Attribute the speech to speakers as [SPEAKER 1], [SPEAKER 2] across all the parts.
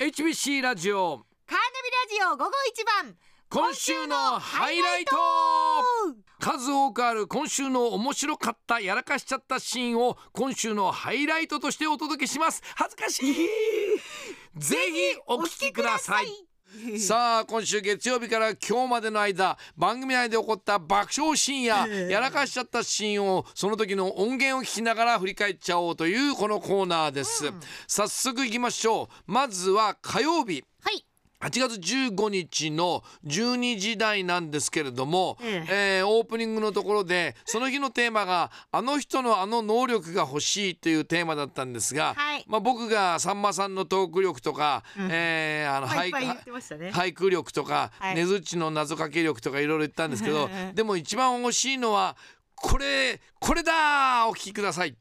[SPEAKER 1] HBC ラジオ
[SPEAKER 2] カーナビラジオ午後一番
[SPEAKER 1] 今週のハイライト数多くある今週の面白かったやらかしちゃったシーンを今週のハイライトとしてお届けします恥ずかし いぜひお聞きくださいさあ今週月曜日から今日までの間番組内で起こった爆笑シーンや
[SPEAKER 2] ええ
[SPEAKER 1] やらかしちゃったシーンをその時の音源を聞きながら振り返っちゃおうというこのコーナーです、早速いきましょうまずは火曜日
[SPEAKER 2] はい
[SPEAKER 1] 8月15日の12時台なんですけれども、
[SPEAKER 2] え
[SPEAKER 1] えーオープニングのところでその日のテーマが「あの人のあの能力が欲しい」というテーマだったんですが、
[SPEAKER 2] はい
[SPEAKER 1] まあ、僕がさんまさんのトーク力とか、えーあの
[SPEAKER 2] まあいっ
[SPEAKER 1] 俳
[SPEAKER 2] ぱい言ってましたね
[SPEAKER 1] 俳句力とか、
[SPEAKER 2] はい
[SPEAKER 1] 根づちの謎かけ力とかいろいろ言ったんですけどでも一番欲しいのはこれこれだーお聞きください。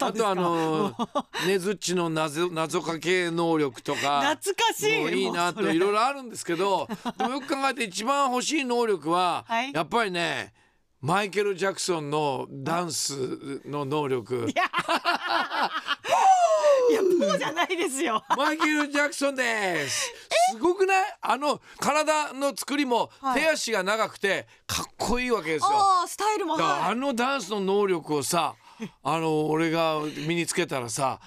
[SPEAKER 1] あとあのー 根づちの謎謎かけ能力とか
[SPEAKER 2] 懐かしい
[SPEAKER 1] もういいなと
[SPEAKER 2] もうそれ
[SPEAKER 1] いろいろあるんですけ どでもよく考えて一番欲しい能力は、
[SPEAKER 2] はい
[SPEAKER 1] やっぱりねマイケル・ジャクソンのダンスの能力
[SPEAKER 2] いやもうじゃないですよ
[SPEAKER 1] マイケル・ジャクソンですすごくないあの体の作りも
[SPEAKER 2] はい
[SPEAKER 1] 手足が長くてかっこいいわけですよ。
[SPEAKER 2] ああスタイルも
[SPEAKER 1] だから
[SPEAKER 2] は
[SPEAKER 1] あ
[SPEAKER 2] い
[SPEAKER 1] のダンスの能力をさあの俺が身につけたらさ、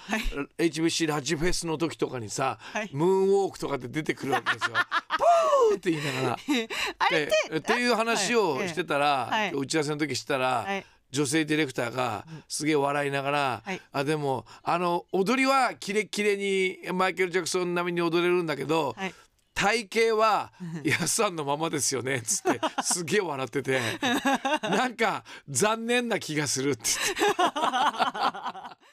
[SPEAKER 1] HBC ラジフェスの時とかにさ、
[SPEAKER 2] はい
[SPEAKER 1] ムーンウォークとかで出てくるわけです よ。ポーって言いながら。
[SPEAKER 2] あれ
[SPEAKER 1] で
[SPEAKER 2] って
[SPEAKER 1] っていう話を
[SPEAKER 2] はい
[SPEAKER 1] してたら、
[SPEAKER 2] ええはい
[SPEAKER 1] 打ち合わせの時したら、
[SPEAKER 2] はい
[SPEAKER 1] 女性ディレクターがすげえ笑いながら、
[SPEAKER 2] はい
[SPEAKER 1] あでもあの踊りはキレッキレにマイケル・ジャクソン並みに踊れるんだけど、
[SPEAKER 2] はい
[SPEAKER 1] 体型は安さんのままですよねっつ ってすげえ笑っててなんか残念な気がするって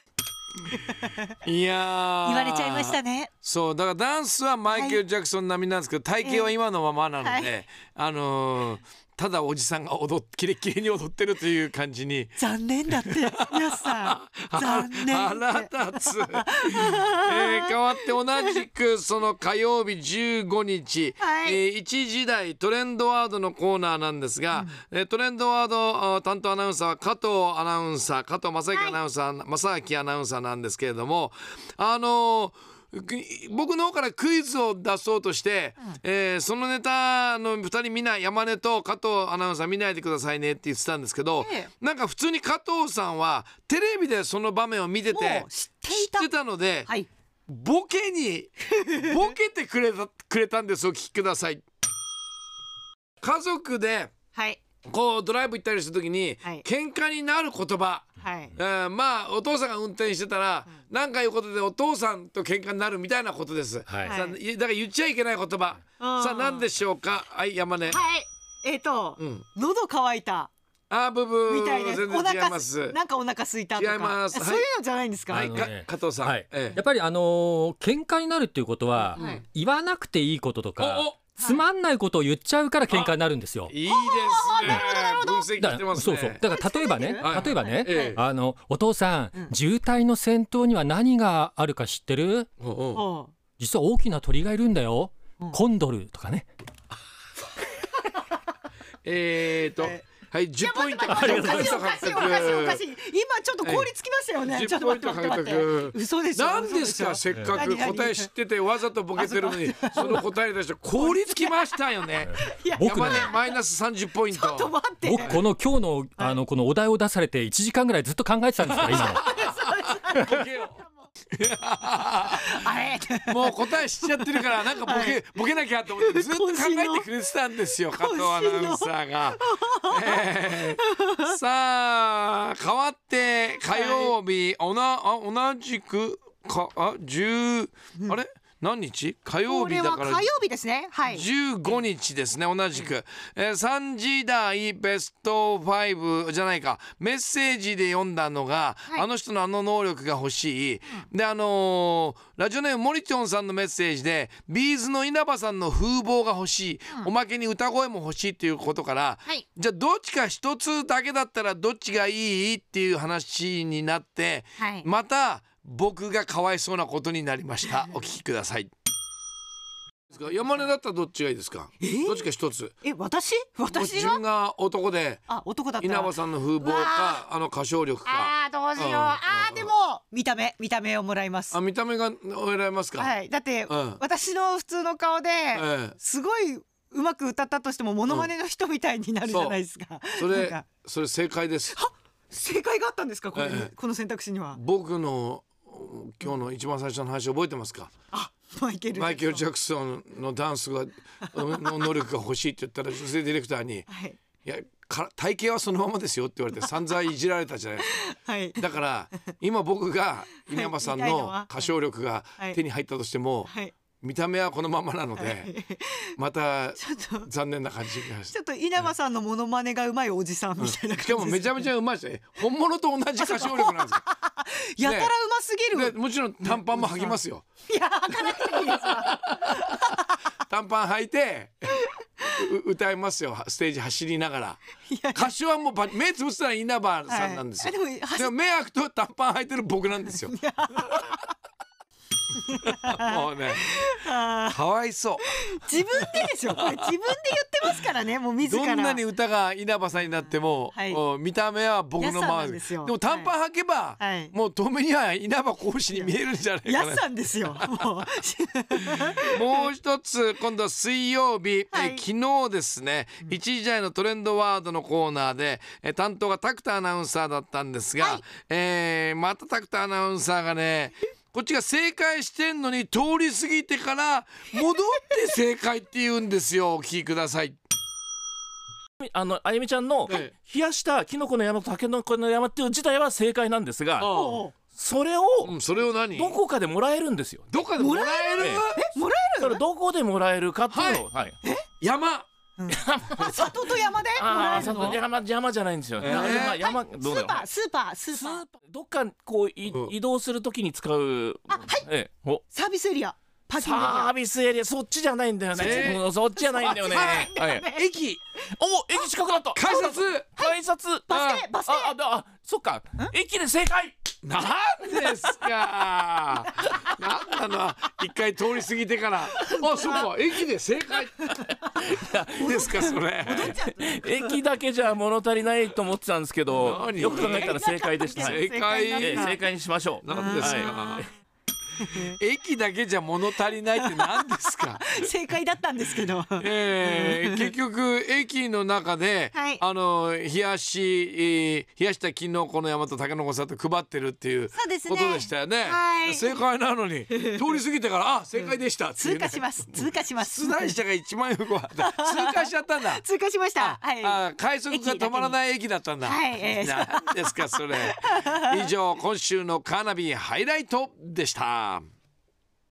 [SPEAKER 1] 言 っていやー
[SPEAKER 2] 言われちゃいましたね
[SPEAKER 1] そうだからダンスはマイケル・ジャクソン並みなんですけど体型は今のままなので、
[SPEAKER 2] ええ
[SPEAKER 1] あのーただおじさんが踊っキレッキレに踊ってるという感じに
[SPEAKER 2] 残念だって皆 さん 残念
[SPEAKER 1] 腹
[SPEAKER 2] って
[SPEAKER 1] 立つ、えー変わって同じくその火曜日15日、
[SPEAKER 2] はい
[SPEAKER 1] えー1時台トレンドワードのコーナーなんですが、えートレンドワードあ担当アナウンサーは加藤アナウンサー加藤正明アナウンサー、正明アナウンサーなんですけれどもあのーく僕の方からクイズを出そうとして、えーそのネタの2人見ない山根と加藤アナウンサー見ないでくださいねって言ってたんですけど、
[SPEAKER 2] え
[SPEAKER 1] なんか普通に加藤さんはテレビでその場面を見てて
[SPEAKER 2] もう知っていた
[SPEAKER 1] 知ってたので、
[SPEAKER 2] はい
[SPEAKER 1] ボケにボケてくれたくれたんですお聞きください家族で
[SPEAKER 2] はい
[SPEAKER 1] こうドライブ行ったりするときに、
[SPEAKER 2] はい
[SPEAKER 1] 喧嘩になる言葉
[SPEAKER 2] はい
[SPEAKER 1] えーまあお父さんが運転してたら何、なん、かいうことでお父さんと喧嘩になるみたいなことです、
[SPEAKER 3] はい
[SPEAKER 1] さあだから言っちゃいけない言葉、
[SPEAKER 2] うん
[SPEAKER 1] さあ何でしょうかはい山根、
[SPEAKER 2] はいえっと
[SPEAKER 1] うん
[SPEAKER 2] 喉乾いた
[SPEAKER 1] あーブブー
[SPEAKER 2] みたいな
[SPEAKER 1] 全
[SPEAKER 2] お
[SPEAKER 1] 然違い
[SPEAKER 2] 腹
[SPEAKER 1] ます
[SPEAKER 2] すなんかお腹空いたとか
[SPEAKER 1] 違いますはい
[SPEAKER 2] そういうのじゃないんですか
[SPEAKER 1] は
[SPEAKER 3] あ
[SPEAKER 1] い、
[SPEAKER 3] の
[SPEAKER 1] か
[SPEAKER 3] ね
[SPEAKER 1] 加藤さん、
[SPEAKER 3] はい
[SPEAKER 1] ええ
[SPEAKER 3] やっぱりあのー喧嘩になるっていうことは、
[SPEAKER 2] はい
[SPEAKER 3] 言わなくていいこととか
[SPEAKER 1] おお
[SPEAKER 3] つまんないことを言っちゃうから喧嘩になるんですよ。
[SPEAKER 1] いいですね。分析
[SPEAKER 3] だ
[SPEAKER 1] し
[SPEAKER 3] か
[SPEAKER 1] て
[SPEAKER 3] ら
[SPEAKER 1] ます
[SPEAKER 3] そう
[SPEAKER 1] ね。
[SPEAKER 3] そうだから例えばね
[SPEAKER 1] はい
[SPEAKER 3] 例えばね、
[SPEAKER 1] ええ
[SPEAKER 3] あのお父さん、
[SPEAKER 2] うん
[SPEAKER 3] 渋滞の先頭には何があるか知ってる
[SPEAKER 1] おうおう
[SPEAKER 2] おう
[SPEAKER 3] 実は大きな鳥がいるんだよ、
[SPEAKER 2] うん
[SPEAKER 3] コンドルとかね
[SPEAKER 1] えーと、
[SPEAKER 2] え
[SPEAKER 1] はい、10ポイント
[SPEAKER 2] おか
[SPEAKER 1] 獲
[SPEAKER 2] しい
[SPEAKER 1] 得。
[SPEAKER 2] おかしいおかしいおかしいおかしい今ちょっと氷つきましたよね、
[SPEAKER 1] ええ
[SPEAKER 2] ちょっと待って待って待
[SPEAKER 1] 10
[SPEAKER 2] っ
[SPEAKER 1] ポイント獲得
[SPEAKER 2] て嘘でしょ
[SPEAKER 1] なんですか、せっかく
[SPEAKER 2] 何々
[SPEAKER 1] 答え知ってて、わざとボケてるのに、その答え出して、凍りつきましたよ ね。
[SPEAKER 3] 僕ね
[SPEAKER 1] 山根マイナス30ポイン
[SPEAKER 2] ちょっと
[SPEAKER 1] ト。
[SPEAKER 2] 待って
[SPEAKER 3] 僕この今日のあのこのお題を出されて1時間ぐらいずっと考えてたんですから今の。
[SPEAKER 1] ボケ を
[SPEAKER 2] あれ
[SPEAKER 1] もう答え知っちゃってるから、なんかボケ、ボケなきゃと思って、ず っと考えてくれてたんですよ、加藤アナウンサーが。えーさあ、変わって、火曜日、おな、あ、同じく、か、あ、十、あれ何日火曜
[SPEAKER 2] こ
[SPEAKER 1] 日
[SPEAKER 2] れ
[SPEAKER 1] だ
[SPEAKER 2] は
[SPEAKER 1] か
[SPEAKER 2] 火
[SPEAKER 1] ら
[SPEAKER 2] 曜。日ですねはい
[SPEAKER 1] 15日ですね同じく、えー、3時台ベスト5じゃないかメッセージで読んだのが、
[SPEAKER 2] はい
[SPEAKER 1] あの人のあの能力が欲しい、であのーラジオネームモリチョンさんのメッセージでビーズの稲葉さんの風貌が欲しい、おまけに歌声も欲しいっていうことから、
[SPEAKER 2] はい
[SPEAKER 1] じゃあどっちか一つだけだったらどっちがいいっていう話になって、
[SPEAKER 2] はい
[SPEAKER 1] また僕がかわいそうなことになりましたお聞きくださいですか山根だったらどっちがいいですか
[SPEAKER 2] えー
[SPEAKER 1] どっちか一つ
[SPEAKER 2] え、私私
[SPEAKER 1] 自
[SPEAKER 2] が
[SPEAKER 1] 分が男で
[SPEAKER 2] あ、男だった
[SPEAKER 1] 稲
[SPEAKER 2] ら
[SPEAKER 1] 葉さんの風貌かあの歌唱力か
[SPEAKER 2] あー、どうしよう。
[SPEAKER 1] うん
[SPEAKER 2] あー、でも、見た目、見た目をもらいます
[SPEAKER 1] あ。見た目が選べますか、
[SPEAKER 2] はい。だって
[SPEAKER 1] うん、
[SPEAKER 2] 私の普通の顔で、
[SPEAKER 1] ええ
[SPEAKER 2] すごいうまく歌ったとしても、モノマネの人みたいになるじゃないですか。
[SPEAKER 1] そ
[SPEAKER 2] なん
[SPEAKER 1] れ
[SPEAKER 2] か
[SPEAKER 1] それ正解です
[SPEAKER 2] 正解があったんですかこれ、
[SPEAKER 1] ええ
[SPEAKER 2] この選択肢には。
[SPEAKER 1] 僕の今日の一番最初の話覚えてますか
[SPEAKER 2] あ、マイケル。
[SPEAKER 1] マイケル・ジャ
[SPEAKER 2] ク
[SPEAKER 1] クソンのダンスがの能力が欲しいって言ったら女性ディレクターに
[SPEAKER 2] ソン。はい。
[SPEAKER 1] 「いやか体型はそのままですよ」って言われて散々いじられたじゃないですか。
[SPEAKER 2] はい。
[SPEAKER 1] だから今僕 が稲葉さん
[SPEAKER 2] はい見たいの
[SPEAKER 1] の
[SPEAKER 2] は
[SPEAKER 1] 歌唱力が
[SPEAKER 2] はい
[SPEAKER 1] 手に入ったとしても
[SPEAKER 2] はい。
[SPEAKER 1] 見た目はこのままなのでまた
[SPEAKER 2] ちょっと。
[SPEAKER 1] 残念な感じがし
[SPEAKER 2] ちょっと稲葉さんのモノマネがうまいおじさんみたいな感じです、
[SPEAKER 1] しかもめちゃめちゃうまいしね本物と同じ歌唱力なんです
[SPEAKER 2] やたらうますぎ
[SPEAKER 1] よ。で
[SPEAKER 2] る。
[SPEAKER 1] もちろん短パンも履きます よ。
[SPEAKER 2] いや、開かなくていいですか。
[SPEAKER 1] 短パン履いてう歌いますよステージ走りながら歌手はもうば目つぶったら稲葉さんなんですよ、
[SPEAKER 2] はいあでも走
[SPEAKER 1] でも目開くと短パン履いてる僕なんですよもうね
[SPEAKER 2] あ
[SPEAKER 1] かわいそ
[SPEAKER 2] ー自分ででしょ。これ自分で言ってますからね。もう
[SPEAKER 1] う
[SPEAKER 2] 自
[SPEAKER 1] ど
[SPEAKER 2] ら。
[SPEAKER 1] んなに歌が稲葉さんになっても、
[SPEAKER 2] はい
[SPEAKER 1] うん見た目は僕のま
[SPEAKER 2] やっさ
[SPEAKER 1] ま
[SPEAKER 2] んなんですよ
[SPEAKER 1] も短パン履けば、
[SPEAKER 2] はい
[SPEAKER 1] もう遠目には稲葉講師に見えるんじゃないかな
[SPEAKER 2] やっさんですよ。もう。
[SPEAKER 1] もう一つ今度は水曜日、
[SPEAKER 2] はい
[SPEAKER 1] えー昨日ですね一時台のトレンドワードのコーナーでえー担当がタクタアナウンサーだったんですが、えーまたタクタアナウンサーがねこっちが正解してんのに通り過ぎてから戻って正解って言うんですよお聞きくだ さい
[SPEAKER 4] あのあゆみちゃんの
[SPEAKER 1] え
[SPEAKER 4] 冷やしたキノコの山とタケノコの山っていう自体は正解なんですが
[SPEAKER 1] あ
[SPEAKER 2] も
[SPEAKER 4] それを
[SPEAKER 1] あうんそれを何
[SPEAKER 4] どこかでもらえるんですよ
[SPEAKER 1] どっかでもらえる
[SPEAKER 4] もらえる
[SPEAKER 2] うもらえ
[SPEAKER 4] それ
[SPEAKER 2] る。
[SPEAKER 4] どこでもらえるかっていうのをはい
[SPEAKER 1] 山
[SPEAKER 2] 里と山でもら
[SPEAKER 4] あ
[SPEAKER 2] え
[SPEAKER 4] あ
[SPEAKER 2] るの。
[SPEAKER 4] 山山じゃないんですよ
[SPEAKER 1] えー
[SPEAKER 4] 山山
[SPEAKER 2] ス
[SPEAKER 4] どうだ
[SPEAKER 2] ー
[SPEAKER 4] ろ
[SPEAKER 2] パースーパース
[SPEAKER 4] う
[SPEAKER 2] ー
[SPEAKER 4] ス
[SPEAKER 2] パー
[SPEAKER 4] ーパーどっかこうい
[SPEAKER 1] うん
[SPEAKER 4] 移動するときに使う
[SPEAKER 2] あはい
[SPEAKER 4] ええお
[SPEAKER 2] サービスエリアパーキングエリ
[SPEAKER 4] サービスエリアそっちじゃないんだよ
[SPEAKER 1] え
[SPEAKER 4] ねうんそっちじゃないんだよねはい
[SPEAKER 1] 駅
[SPEAKER 4] お駅近くなった
[SPEAKER 1] 改札
[SPEAKER 4] 改札
[SPEAKER 2] バス停バス停
[SPEAKER 4] ああああそっか駅で正解
[SPEAKER 1] なんですか。なんなの。一回通り過ぎてから。あ、そうか。駅で正 解。ですか、それ。
[SPEAKER 4] 駅だけじゃ物足りないと思ってたんですけど
[SPEAKER 1] 何
[SPEAKER 4] よく考えたら正解でした、
[SPEAKER 1] 正解
[SPEAKER 4] ええ
[SPEAKER 1] なん
[SPEAKER 4] 正解にしましょう
[SPEAKER 1] なんです
[SPEAKER 4] は
[SPEAKER 1] か。駅だけじゃ物足りないって何ですか。
[SPEAKER 2] ア正解だったんですけど
[SPEAKER 1] え ー結局駅の中で、
[SPEAKER 2] はい
[SPEAKER 1] あの冷やし、えー冷やしたキノコの山とタケノコさんと配ってるっていう
[SPEAKER 2] そうですね
[SPEAKER 1] ことでしたよね。
[SPEAKER 2] はい
[SPEAKER 1] 正解なの に通り過ぎてからあ正解でしたっていう
[SPEAKER 2] 通
[SPEAKER 1] ね
[SPEAKER 2] 過します通過します
[SPEAKER 1] 出題者が一番よくわかった。通過しちゃったんだ。
[SPEAKER 2] 通過しました はい
[SPEAKER 1] あ快速が止まらない駅だったんだ。
[SPEAKER 2] はいええ
[SPEAKER 1] なんですかそれ。以上今週のカーナビハイライトでした。